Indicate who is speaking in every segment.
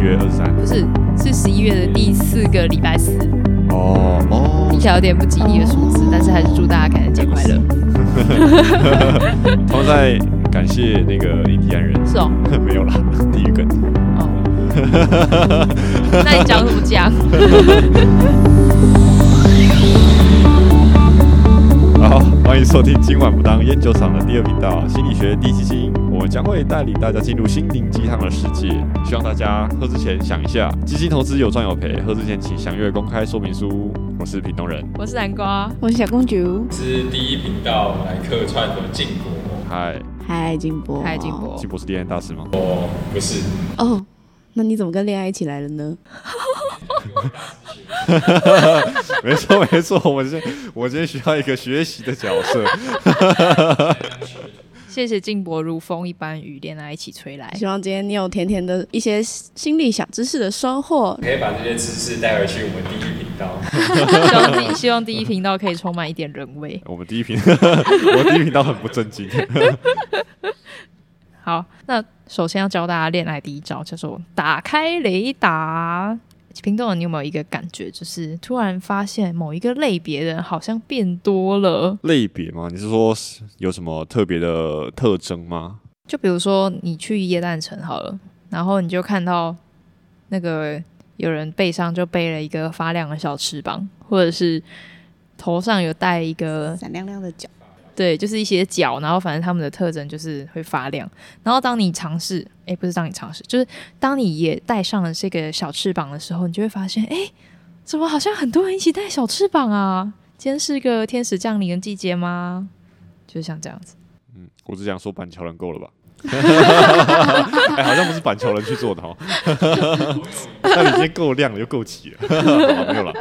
Speaker 1: 月二十三。
Speaker 2: 啊不是，是十一月的第四个礼拜四，
Speaker 1: 哦
Speaker 2: 听
Speaker 1: 哦，
Speaker 2: 起来有点不吉利的数字，但是还是祝大家感恩节快乐。
Speaker 1: 他们哦在感谢那个印第安人，
Speaker 2: 是哦，
Speaker 1: 没有啦，地狱梗。
Speaker 2: 哦，那你讲什么讲？
Speaker 1: 好，欢迎收听今晚不当烟酒厂的第二频道心理学第七星，我们将会带领大家进入心灵鸡汤的世界。希望大家喝之前想一下，基金投资有赚有赔，喝之前请详阅公开说明书。我是屏东人，
Speaker 2: 我是南瓜，
Speaker 3: 我是小公主，
Speaker 4: 是第一频道来客串的晋国，
Speaker 1: 嗨，
Speaker 3: 嗨，金波，
Speaker 2: 嗨金波
Speaker 1: 金博是恋爱大师吗？
Speaker 4: 我不是
Speaker 3: 哦，那你怎么跟恋爱一起来了呢？
Speaker 1: 没错没错，我今我今天需要一个学习的角色。
Speaker 2: 谢谢静博如风一般与恋爱一起吹 来。
Speaker 3: 希望今天你有甜甜的一些心理小知识的收获。
Speaker 4: 可以把这些知识带回去我们第一频道。
Speaker 2: 希望第希望第一频道可以充满一点人味。
Speaker 1: 我们第一频， 我第一频道很不正经。
Speaker 2: 好，那首先要教大家恋爱第一招叫做打开雷达。平东人，你有没有一个感觉，就是突然发现某一个类别的人好像变多了？
Speaker 1: 类别吗？你是说有什么特别的特征吗？
Speaker 2: 就比如说你去耶诞城好了，然后你就看到那个有人背上就背了一个发亮的小翅膀，或者是头上有戴一个
Speaker 3: 闪亮亮的脚，
Speaker 2: 对，就是一些角，然后反正他们的特征就是会发亮。然后当你尝试，诶，不是当你尝试，就是当你也戴上了这个小翅膀的时候，你就会发现，诶，怎么好像很多人一起戴小翅膀啊？今天是个天使降临的季节吗？就是像这样子，
Speaker 1: 嗯，我只想说板桥人够了吧？哎、好像不是板桥人去做的哦。 那你今天够亮了，又够齐了， 好没有了。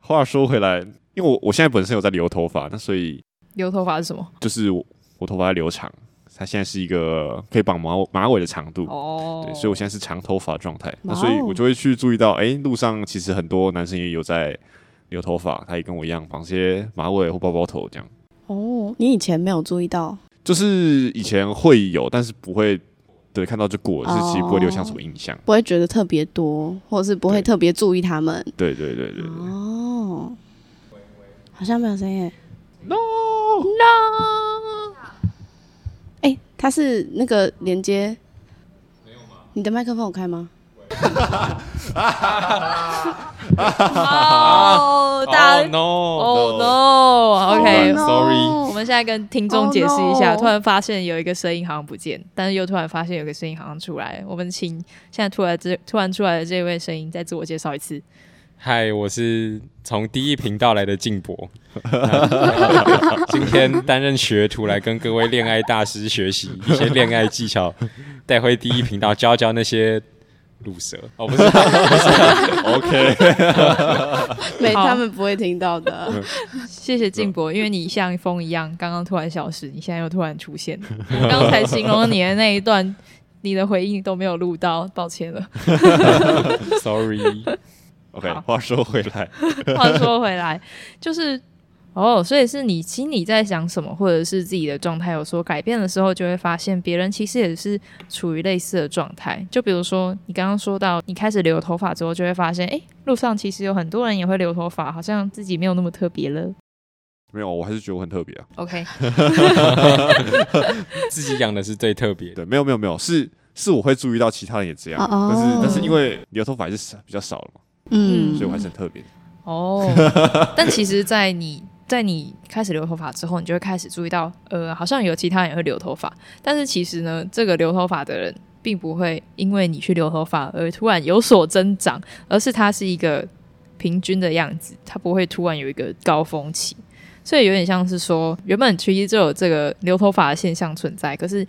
Speaker 1: 话说回来，因为我我现在本身有在留头发，那所以
Speaker 2: 留头发是什么？
Speaker 1: 就是我我头发在留长，它现在是一个可以绑马尾马尾的长度。
Speaker 2: 哦，
Speaker 1: 对，所以我现在是长头发状态，那
Speaker 3: 哇哦
Speaker 1: 所以我就会去注意到，哎、路上其实很多男生也有在留头发，他也跟我一样绑些马尾或包包头这样。
Speaker 3: 哦，你以前没有注意到，
Speaker 1: 就是以前会有，但是不会对看到就过了，
Speaker 3: 哦
Speaker 1: 是其实不会留下什么印象。
Speaker 3: 不会觉得特别多，或者是不会
Speaker 1: 对
Speaker 3: 特别注意他们。
Speaker 1: 对对对对对，
Speaker 3: 哦，好像没有声音耶。
Speaker 2: No，
Speaker 3: 哎、它是那个连接，你的麦克风有开 吗？
Speaker 2: 哦，大
Speaker 4: no！
Speaker 2: 哦 no，OK，
Speaker 1: Oh, no. Sorry
Speaker 2: 我们现在跟听众解释一下
Speaker 3: Oh, no.
Speaker 2: 突然发现有一个声音好像不见，但是又突然发现有个声音好像出来。我们请现在突然这突然出来的这位声音再自我介绍一次。
Speaker 4: 嗨，我是从第一频道来的晋博，那今天担任学徒来跟各位恋爱大师学习一些恋爱技巧，带回第一频道教教那些乳蛇哦，不是
Speaker 3: 哦
Speaker 1: OK，
Speaker 3: 没，
Speaker 2: 好
Speaker 3: 他们不会听到的。
Speaker 2: 谢谢静博，因为你像风一样刚刚突然消失，你现在又突然出现了。我刚才形容你的那一段，你的回应都没有录到，抱歉了。
Speaker 4: ，sorry，
Speaker 1: OK。
Speaker 2: 好
Speaker 1: 话说回来，
Speaker 2: 话说回来，就是哦，所以是你心里在想什么，或者是自己的状态有所改变的时候，就会发现别人其实也是处于类似的状态。就比如说你刚刚说到，你开始留头发之后，就会发现，诶，路上其实有很多人也会留头发，好像自己没有那么特别了。
Speaker 1: 没有，我还是觉得我很特别啊。
Speaker 2: OK，
Speaker 4: 自己养的是最特别的，
Speaker 1: 对，没有没有没有，是是我会注意到其他人也这样，
Speaker 3: 哦哦
Speaker 1: 但是但是因为留头发还是少比较少了嘛，
Speaker 3: 嗯，
Speaker 1: 所以我还是很特别。
Speaker 2: 哦，但其实，在你在你开始留头发之后，你就会开始注意到，呃，好像有其他人也会留头发，但是其实呢，这个留头发的人并不会因为你去留头发而突然有所增长，而是它是一个平均的样子，它不会突然有一个高峰期。所以有点像是说，原本其实就有这个留头发的现象存在，可是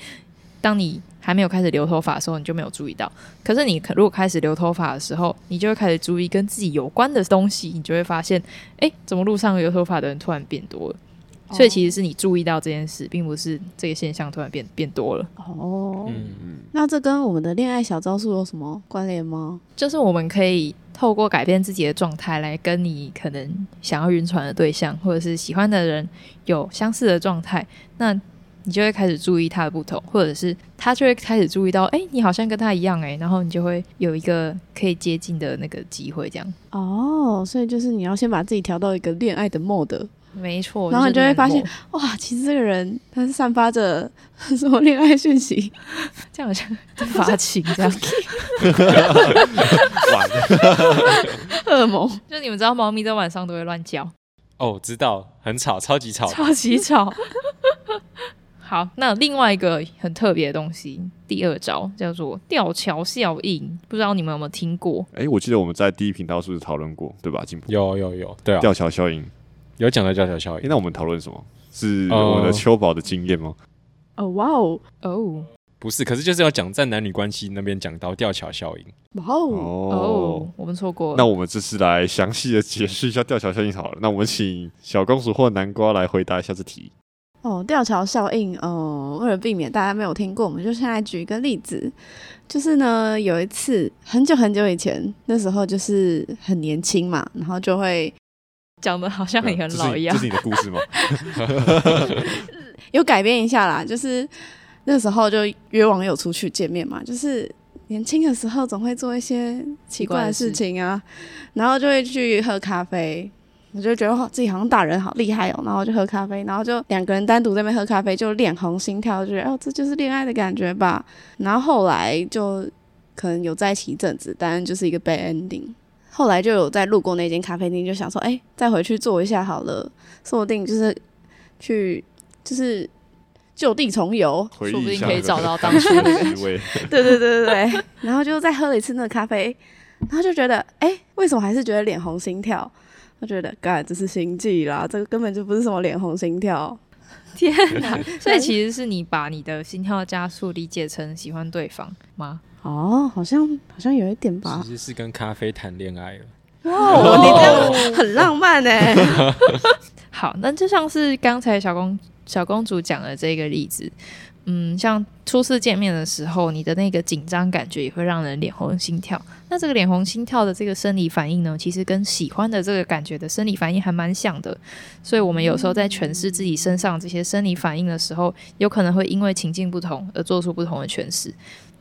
Speaker 2: 当你还没有开始留头发的时候，你就没有注意到。可是你可如果开始留头发的时候，你就会开始注意跟自己有关的东西，你就会发现，哎，怎么路上留头发的人突然变多了？所以其实是你注意到这件事，并不是这个现象突然变变多了。
Speaker 3: 哦，
Speaker 4: 嗯。
Speaker 3: 那这跟我们的恋爱小招数有什么关联吗？
Speaker 2: 就是我们可以透过改变自己的状态，来跟你可能想要晕船的对象，或者是喜欢的人有相似的状态，那你就会开始注意他的不同，或者是他就会开始注意到，哎、你好像跟他一样、哎，然后你就会有一个可以接近的那个机会，这样。
Speaker 3: 哦，所以就是你要先把自己调到一个恋爱的 mode，
Speaker 2: 没错，
Speaker 3: 然后你
Speaker 2: 是
Speaker 3: 就会
Speaker 2: 冷
Speaker 3: 发现
Speaker 2: 漠，
Speaker 3: 哇，其实这个人他是散发着 什么恋爱讯息？
Speaker 2: 这样好像在发情这样。
Speaker 1: 完了，
Speaker 3: 恶魔，
Speaker 2: 就你们知道，猫咪在晚上都会乱叫，
Speaker 4: 哦，知道，很吵，超级吵。
Speaker 2: 超级吵。 好，那另外一个很特别的东西，第二招叫做吊桥效应，不知道你们有没有听过？
Speaker 1: 哎、我记得我们在第一频道是不是讨论过，对吧？进步
Speaker 4: 有有有，对啊，
Speaker 1: 吊桥效应。
Speaker 4: 有讲到吊桥效
Speaker 1: 哎、
Speaker 4: 应。
Speaker 1: 那我们讨论什么？是
Speaker 4: 呃
Speaker 1: 我们的秋宝的经验吗？
Speaker 3: 哦哇哦，
Speaker 2: 哦
Speaker 4: 不是，可是就是要讲在男女关系那边讲到吊桥效应。
Speaker 3: 哇哦，
Speaker 1: 哦
Speaker 2: 哦，我们错过
Speaker 1: 那
Speaker 2: 了。
Speaker 1: 我们这次来详细的解释一下吊桥效应好了。那我们请小公主或南瓜来回答一下这题。
Speaker 3: 哦，吊桥效应，哦，为了避免大家没有听过，我们就现在举一个例子，就是呢，有一次很久很久以前，那时候就是很年轻嘛，然后就会
Speaker 2: 讲的好像你很老一样
Speaker 1: 啊这，是你的故 事吗？
Speaker 3: 有改变一下啦，就是那时候就约网友出去见面嘛，就是年轻的时候总会做一些奇怪的事情啊，然后就会去喝咖啡。我就觉得哇自己好像大人好厉害哦，然后就喝咖啡，然后就两个人单独在那边喝咖啡，就脸红心跳，就觉得哦这就是恋爱的感觉吧。然后后来就可能有在一起一阵子，当然就是一个 bad ending。后来就有在路过那间咖啡厅，就想说哎、再回去坐一下好了，说不定就是去就是就地重游，
Speaker 1: 回
Speaker 2: 说不
Speaker 1: 忆
Speaker 2: 定
Speaker 1: 一下
Speaker 2: 可
Speaker 1: 那个、
Speaker 2: 以找到当
Speaker 1: 当
Speaker 2: 初
Speaker 1: 初
Speaker 2: 的
Speaker 1: 的滋味。
Speaker 3: 对对对对对， 然后就再喝了一次那个咖啡，然后就觉得，哎、为什么还是觉得脸红心跳？我觉得，干，这是心悸啦，这个根本就不是什么脸红心跳。
Speaker 2: 天哪！ 所以其实是你把你的心跳加速理解成喜欢对方吗？
Speaker 3: 哦，好像好像有一点
Speaker 2: 啊
Speaker 3: 吧。
Speaker 4: 其实是跟咖啡谈恋 爱了。
Speaker 3: 哇，你这样很浪漫哎、
Speaker 2: 好，那就像是刚才小公小公主讲的这个例子，嗯，像初次见面的时候，你的那个紧张感觉也会让人脸红心跳。那这个脸红心跳的这个生理反应呢，其实跟喜欢的这个感觉的生理反应还蛮像的。所以我们有时候在诠释自己身上这些生理反应的时候，有可能会因为情境不同而做出不同的诠释。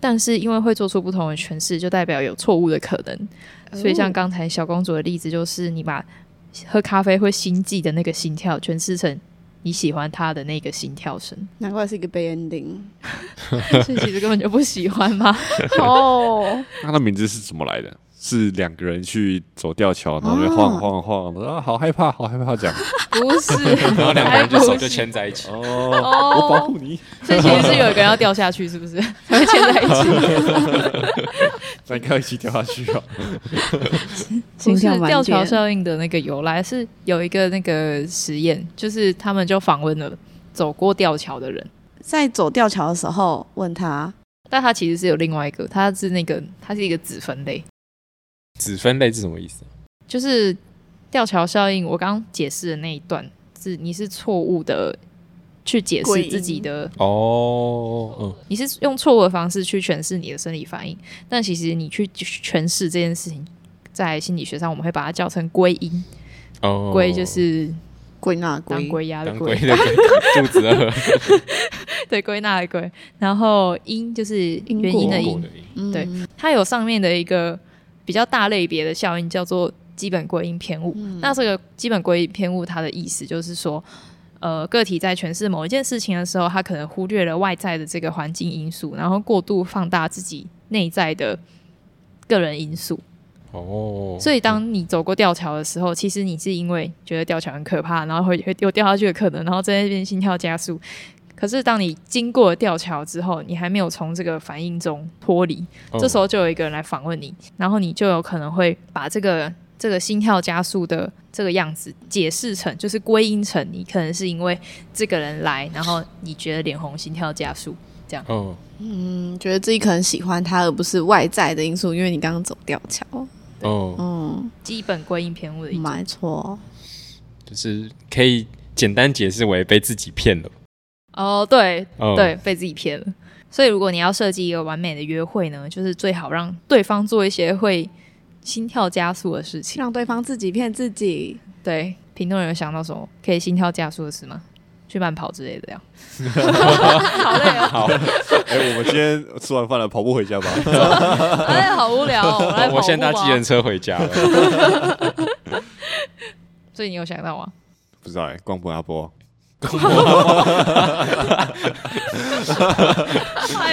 Speaker 2: 但是因为会做出不同的诠释，就代表有错误的可能。所以像刚才小公主的例子，就是你把喝咖啡会心悸的那个心跳诠释成你喜欢他的那个心跳声，
Speaker 3: 难怪是一个 bad ending。
Speaker 2: 所以其实根本就不喜欢嘛。
Speaker 3: 哦，
Speaker 1: 那它名字是怎么来的？是两个人去走吊桥，然后就晃晃晃，啊，好害怕，好害怕这样。
Speaker 2: 不是，
Speaker 4: 然后两个
Speaker 2: 还
Speaker 4: 人就手
Speaker 2: 不。
Speaker 4: 就是牵在一起。
Speaker 1: 哦，我保
Speaker 2: 哦
Speaker 1: 护，你。
Speaker 2: 所以其实是有一个人要掉下去，是不是？ 才会牵在一 起。
Speaker 1: 那应该一起掉下去啊！
Speaker 3: 心
Speaker 2: 不
Speaker 3: 跳
Speaker 2: 是
Speaker 3: 满
Speaker 2: 吊桥
Speaker 3: 点
Speaker 2: 效应的那个由来是有一个那个实验，就是他们就访问了走过吊桥的人，
Speaker 3: 在走吊桥的时候问他，
Speaker 2: 但他其实是有另外一个，他是那个他是一个子分类，
Speaker 4: 子分类是什么意思？
Speaker 2: 就是吊桥效应，我刚刚解释的那一段是你是错误的去解释自己的，
Speaker 4: 哦，嗯，
Speaker 2: 你是用错误的方式去诠释你的生理反应，但其实你去诠释这件事情，在心理学上我们会把它叫成归因，
Speaker 4: 哦，
Speaker 2: 归就是
Speaker 3: 归纳
Speaker 2: 当
Speaker 3: 归，
Speaker 2: 归压的
Speaker 4: 当
Speaker 2: 归
Speaker 4: 龟，的 龟肚子饿，
Speaker 2: 对归纳的归，然后因就是原因的
Speaker 4: 因
Speaker 2: 因
Speaker 4: 果，的因
Speaker 3: 嗯
Speaker 2: 对它有上面的一个比较大类别的效应，叫做基本归因偏误。那这个基本归因偏误，它的意思就是说，呃，个体在诠释某一件事情的时候，他可能忽略了外在的这个环境因素，然后过度放大自己内在的个人因素。
Speaker 4: 哦，
Speaker 2: 所以，当你走过吊桥的时候，其实你是因为觉得吊桥很可怕，然后会会有掉下去的可能，然后在那边心跳加速。可是，当你经过吊桥之后，你还没有从这个反应中脱离，这时
Speaker 4: 候
Speaker 2: 候就有一个人来访问你，然后你就有可能会把这个这个心跳加速的这个样子解释成，就是归因成你可能是因为这个人来，然后你觉得脸红心跳加速。
Speaker 4: 哦，
Speaker 3: 嗯，觉得自己可能喜欢他，而不是外在的因素，因为你刚刚走吊桥。
Speaker 4: 哦，
Speaker 3: 嗯，
Speaker 2: 基本归因偏误的一种，
Speaker 3: 没错。
Speaker 4: 就是可以简单解释为被自己骗了。
Speaker 2: 哦，对
Speaker 4: 哦，
Speaker 2: 对，被自己骗了。所以如果你要设计一个完美的约会呢，就是最好让对方做一些会心跳加速的事情。
Speaker 3: 让对方自己骗自己。
Speaker 2: 对，评论人有想到什么可以心跳加速的事吗？去慢跑之类的，这样
Speaker 4: 好累哦。好，
Speaker 1: 哎、我们今天吃完饭了，跑步回家吧。
Speaker 2: 哎，好无聊、哦，我来跑步
Speaker 4: 我先搭计程
Speaker 2: 吧。
Speaker 4: 车回家了。
Speaker 2: 所以你有想到吗？
Speaker 1: 不知道哎、光波阿波，
Speaker 2: 太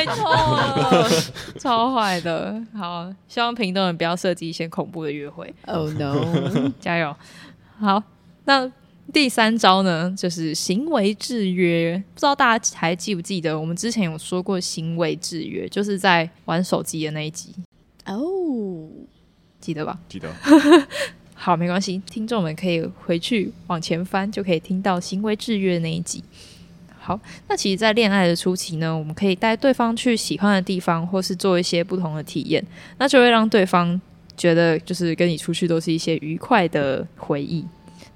Speaker 2: 痛了，超坏的。好，希望屏东人不要设计一些恐怖的约会，
Speaker 3: Oh no！
Speaker 2: 加油。好，那第三招呢，就是行为制约。不知道大家还记不记得，我们之前有说过行为制约，就是在玩手机的那一集，
Speaker 3: 哦，
Speaker 2: 记得吧？
Speaker 1: 记得
Speaker 2: 好，没关系，听众们可以回去往前翻，就可以听到行为制约那一集。好，那其实，在恋爱的初期呢，我们可以带对方去喜欢的地方，或是做一些不同的体验，那就会让对方觉得就是跟你出去都是一些愉快的回忆。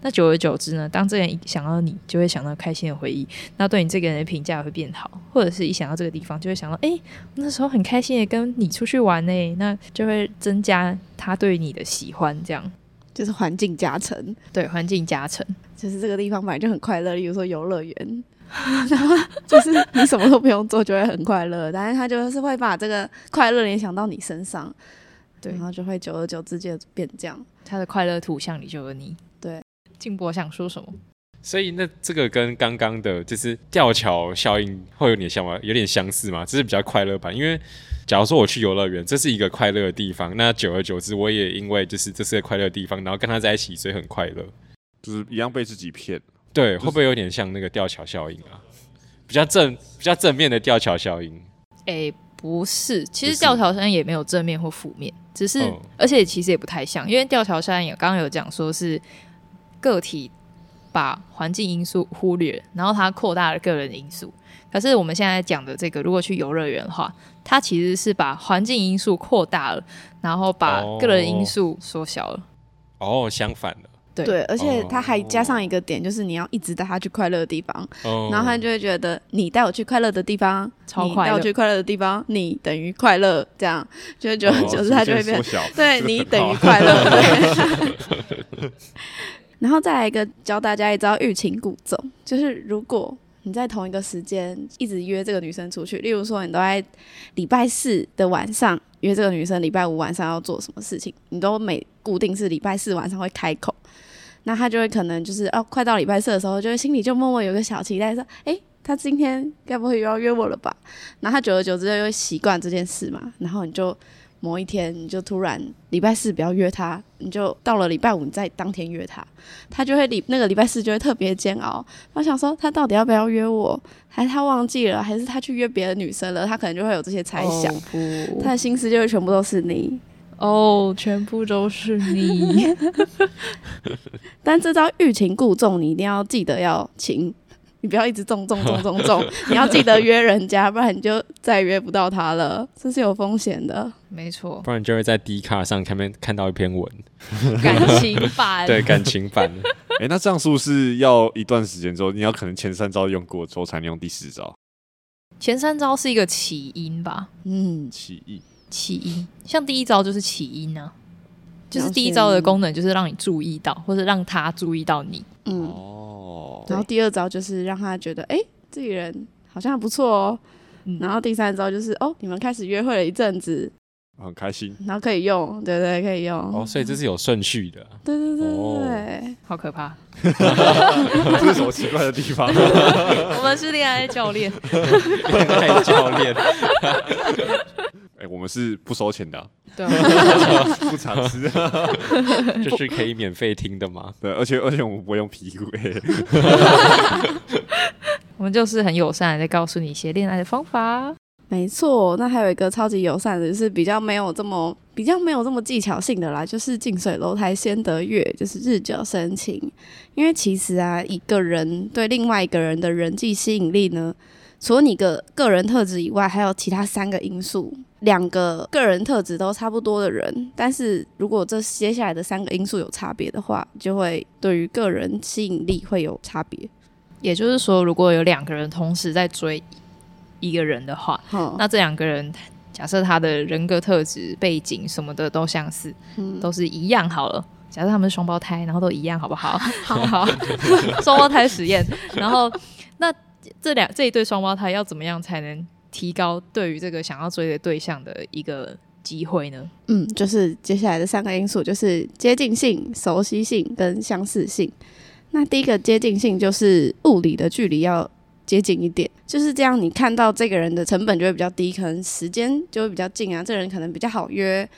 Speaker 2: 那久而久之呢，当这个人一想到你，就会想到开心的回忆，那对你这个人的评价会变好，或者是一想到这个地方，就会想到，哎、那时候很开心的跟你出去玩呢、那就会增加他对你的喜欢，这样。
Speaker 3: 就是环境加成，
Speaker 2: 对环境加成，
Speaker 3: 就是这个地方本来就很快乐，例如说游乐园， 然后就是你什么都不用做就会很快乐，但是他就是会把这个快乐联想到你身上，
Speaker 2: 对
Speaker 3: 然后就会久而久之就变这样。
Speaker 2: 他的快乐图像里就有你。
Speaker 3: 对，
Speaker 2: 静波想说什么？
Speaker 4: 所以那这个跟刚刚的就是吊桥效应会有点像吗？有点相似吗？只是比较快乐版。因为假如说我去游乐园，这是一个快乐的地方，那久而久之，我也因为就是这是个快乐的地方，然后跟他在一起，所以很快乐。
Speaker 1: 就是一样被自己骗。
Speaker 4: 对，会不会有点像那个吊桥效应啊？比较正比较正面的吊桥效应。
Speaker 2: 哎、不是，其
Speaker 4: 不
Speaker 2: 实
Speaker 4: 是
Speaker 2: 吊桥效应也没有正面或负面，只是、
Speaker 4: 哦
Speaker 2: 而且其实也不太像，因为吊桥效应也刚刚有讲说是个体把环境因素忽略，然后它扩大了个人因素。可是我们现在讲的这个，如果去游乐园的话，它其实是把环境因素扩大了，然后把个人因素缩小了。
Speaker 4: 哦，相反了。
Speaker 2: 对
Speaker 3: 对，而且他还
Speaker 4: 哦
Speaker 3: 加上一个点，就是你要一直带他去快乐的地方，
Speaker 4: 哦，
Speaker 3: 然后他就会觉得你带我去快乐的地方，
Speaker 2: 超
Speaker 3: 你
Speaker 2: 快
Speaker 3: 带我
Speaker 2: 乐
Speaker 3: 去快乐的地方，你等于快乐，这样 就会久
Speaker 1: 哦
Speaker 3: 而久之他就会变
Speaker 1: 缩小。
Speaker 3: 对你等于快乐。对然后再来一个教大家一招欲擒故纵，就是如果你在同一个时间一直约这个女生出去，例如说你都在礼拜四的晚上约这个女生，礼拜五晚上要做什么事情，你都每固定是礼拜四晚上会开口，那她就会可能就是哦，快到礼拜四的时候，就会心里就默默有个小期待，说，诶，她今天该不会又要约我了吧？然后她久而久之就会习惯这件事嘛，然后你就某一天你就突然礼拜四不要约她，你就到了礼拜五你再当天约她，她就会礼那个礼拜四就会特别煎熬。她想说她到底要不要约我，还是她忘记了，还是她去约别的女生了？她可能就会有这些猜想，她的心思就会全部都是你。
Speaker 2: 哦，全部都是你。
Speaker 3: 但这招欲擒故纵，你一定要记得要擒，你不要一直纵纵纵纵纵， 你要记得约人家，不然你就再也约不到他了，这是有风险的。
Speaker 2: 没错，
Speaker 4: 不然你就会在 D 卡上看面看到一篇文，
Speaker 2: 感情版
Speaker 4: 对感情版。
Speaker 1: 哎、那这样是不是要一段时间之后，你要可能前三招用过之后才能用第四招？
Speaker 2: 前三招是一个起因吧，
Speaker 3: 嗯，
Speaker 1: 起义
Speaker 2: 起因，像第一招就是起因啊，就是第一招的功能就是让你注意到，或者让他注意到你。
Speaker 3: 嗯，
Speaker 1: 哦
Speaker 3: 然后第二招就是让他觉得，哎、这个人好像还不错哦。
Speaker 2: 嗯
Speaker 3: 然后第三招就是，哦，你们开始约会了一阵子，
Speaker 1: 很开心。
Speaker 3: 然后可以用，对对，可以用，
Speaker 4: 哦，所以这是有顺序 的。
Speaker 3: 对对对对对。
Speaker 2: 好可怕！
Speaker 1: 这是什么奇怪的地 方？
Speaker 2: 我们是恋爱教练，
Speaker 4: 恋爱教练，
Speaker 1: 哎、我们是不收钱的啊、
Speaker 2: 对、
Speaker 1: 不常吃。
Speaker 4: 这 是可以免费听的吗？
Speaker 1: 对，而且而且我们不会用 PUA。
Speaker 2: 我们就是很友善的在告诉你一些恋爱的方法。
Speaker 3: 没错，那还有一个超级友善的，就是比较没有这么比较没有这么技巧性的啦，就是近水楼台先得月，就是日久生情。因为其实啊，一个人对另外一个人的人际吸引力呢，除了你个个人特质以外，还有其他三个因素。两个个人特质都差不多的人，但是如果这接下来的三个因素有差别的话，就会对于个人吸引力会有差别。
Speaker 2: 也就是说，如果有两个人同时在追一个人的话，
Speaker 3: 好，
Speaker 2: 那这两个人假设他的人格特质、背景什么的都相似，
Speaker 3: 嗯
Speaker 2: 都是一样好了。假设 他们是双胞胎，然后都一样，好不好？好好，双胞胎实验。然后那这两这一对双胞胎要怎么样才能提高对于这个想要追的对象的一个机会呢？
Speaker 3: 嗯，就是接下来的三个因素就是接近性、熟悉性跟相似性。那第一个接近性就是物理的距离要接近一点，就是这样，你看到这个人的成本就会比较低，可能时间就会比较近啊，这人可能比较好约，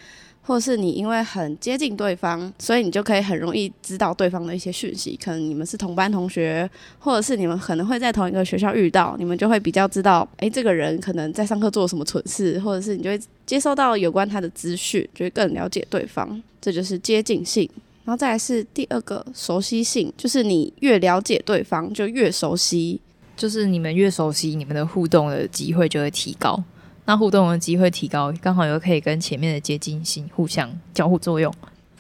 Speaker 3: 或是你因为很接近对方，所以你就可以很容易知道对方的一些讯息，可能你们是同班同学，或者是你们可能会在同一个学校遇到，你们就会比较知道，诶，这个人可能在上课做了什么蠢事，或者是你就会接收到有关他的资讯，就会更了解对方，这就是接近性。然后再来是第二个熟悉性，就是你越了解对方，就越熟悉。
Speaker 2: 就是你们越熟悉，你们的互动的机会就会提高。那互动的机会提高，刚好又可以跟前面的接近性互相交互作用。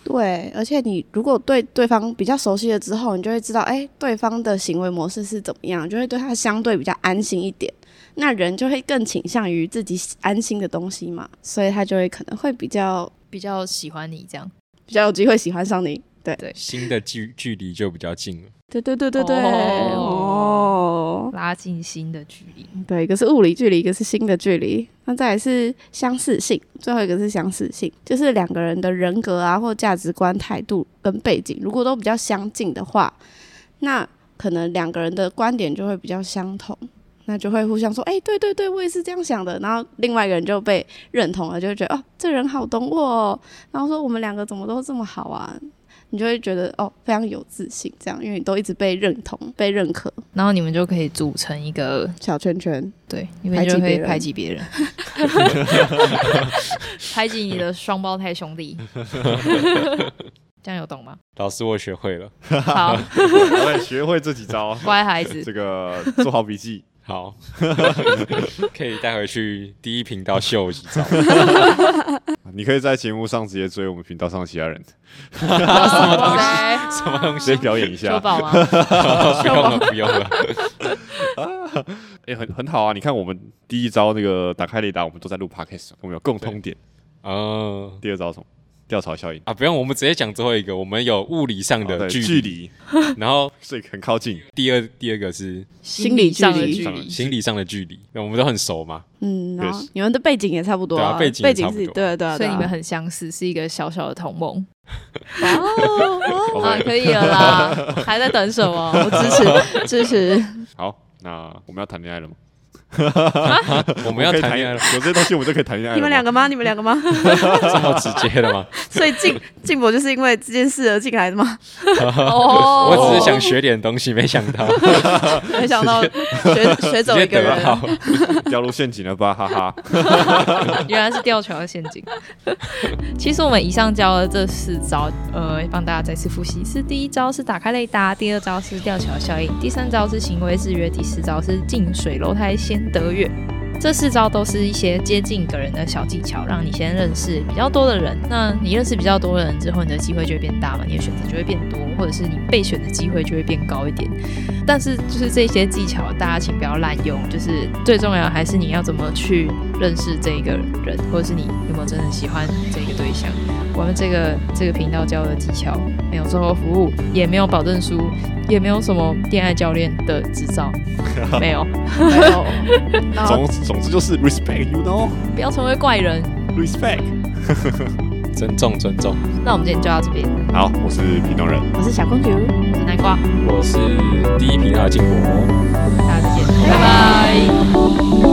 Speaker 3: 对，而且你如果对对方比较熟悉了之后，你就会知道，哎，对方的行为模式是怎么样，就会哎对他相对比较安心一点。那人就会更倾向于自己安心的东西嘛，所以他就会可能会比较
Speaker 2: 比较喜欢你这样。
Speaker 3: 比较有机会喜欢上你。对
Speaker 2: 对
Speaker 4: 新的距距离就比较近了。
Speaker 3: 对对对对对，
Speaker 2: 哦
Speaker 3: 哦，
Speaker 2: 拉近心的距离。
Speaker 3: 对，一个是物理距离，一个是心的距离，那再来是相似性，最后一个是相似性，就是两个人的人格啊，或价值观、态度跟背景，如果都比较相近的话，那可能两个人的观点就会比较相同，那就会互相说，哎、对对对，我也是这样想的，然后另外一个人就被认同了，就会觉得哦，这人好懂我、哦，然后说我们两个怎么都这么好啊。你就会觉得哦，非常有自信，这样，因为你都一直被认同、被认可，
Speaker 2: 然后你们就可以组成一个，
Speaker 3: 小圈圈。
Speaker 2: 对，你们
Speaker 3: 排挤
Speaker 2: 就可以
Speaker 3: 别人
Speaker 2: 排挤 别人，排挤你的双胞胎兄 弟。这样有懂吗？
Speaker 4: 老师，我学会了。
Speaker 2: 好，
Speaker 1: 我也学会这 几招，
Speaker 2: 乖孩子，
Speaker 1: 这个做好笔记。
Speaker 4: 好，可以带回去第一频道秀 几招。
Speaker 1: 你可以在节目上直接追我们频道上其 他人，
Speaker 2: 哇塞
Speaker 4: 什
Speaker 3: 啊
Speaker 4: 么东西
Speaker 1: 先？表演一
Speaker 2: 秀
Speaker 1: 下。
Speaker 2: 宝吗？
Speaker 4: 不用了，不用了。
Speaker 1: 哎、很很好啊！你看我们第一招那个打开雷达，我们都在录 podcast，我们有共通点。
Speaker 3: 哦
Speaker 4: 嗯
Speaker 1: 第二招什么？调查效应。
Speaker 4: 啊，不用，我们直接讲最后一个。我们有物理上
Speaker 1: 哦
Speaker 4: 的
Speaker 1: 对
Speaker 4: 距
Speaker 1: 距
Speaker 4: 离，
Speaker 1: 离，
Speaker 4: 然后
Speaker 1: 所以很靠近。
Speaker 4: 第二第二个是
Speaker 2: 心理上的
Speaker 3: 心理
Speaker 2: 距
Speaker 3: 距
Speaker 2: 离，
Speaker 4: 心理上的距离。那我们都很熟 嘛，
Speaker 3: 嗯，然后
Speaker 1: 确实
Speaker 3: 你们的背景也差不多、
Speaker 4: 对啊背景也差不
Speaker 3: 是
Speaker 4: 多
Speaker 3: 对啊对啊，
Speaker 2: 所
Speaker 3: 对
Speaker 2: 以
Speaker 3: 啊
Speaker 2: 你们很相似，是一个小小的同盟。
Speaker 1: 哦
Speaker 2: 啊，可以了啦，还在等什么？ 我支持。
Speaker 3: 支持支持，
Speaker 1: 好，那我们要谈恋爱了吗？
Speaker 4: 我们要
Speaker 1: 可以
Speaker 4: 谈恋爱了，，
Speaker 1: 有这些东西我们就可以谈恋爱了吗。
Speaker 3: 你们两个吗？你们两个 吗？
Speaker 4: 这么直接的 吗？
Speaker 3: 所以静静博就是因为这件事而进来的吗？
Speaker 2: 哦
Speaker 4: 我只是想学点东西，没想到
Speaker 3: 没想到学学 走
Speaker 4: 直接
Speaker 3: 一个
Speaker 4: 得到
Speaker 3: 人，。
Speaker 1: 掉入陷阱了吧，哈哈。
Speaker 2: 原来是吊桥的陷阱。 其实我们以上教的这四招，呃，帮大家再次复习：是第一招是打开雷达，第二招是吊桥效应，第三招是行为制约，第四招是近水楼台先得月。这四招都是一些接近个人的小技巧，让你先认识比较多的人。那你认识比较多的人之后，你的机会就会变大嘛，你的选择就会变多，或者是你被选的机会就会变高一点。但是就是这些技巧，大家请不要滥用。就是最重要还是你要怎么去认识这一个人，或者是你有没有真的喜欢这个对象。我们这个这个频道教的技巧没有售后服务，也没有保证书，也没有什么恋爱教练的执照，没有。
Speaker 3: 没有，然后
Speaker 1: 总总之就是 respect，you know，respect。
Speaker 2: 不要成为怪人。
Speaker 4: 尊重尊重，
Speaker 2: 那我们今天就到这边，
Speaker 1: 好，我是屏东人，
Speaker 3: 我是小公主。
Speaker 2: 我是南瓜，
Speaker 4: 我是第一频道的静博。
Speaker 2: 大家再见，拜拜。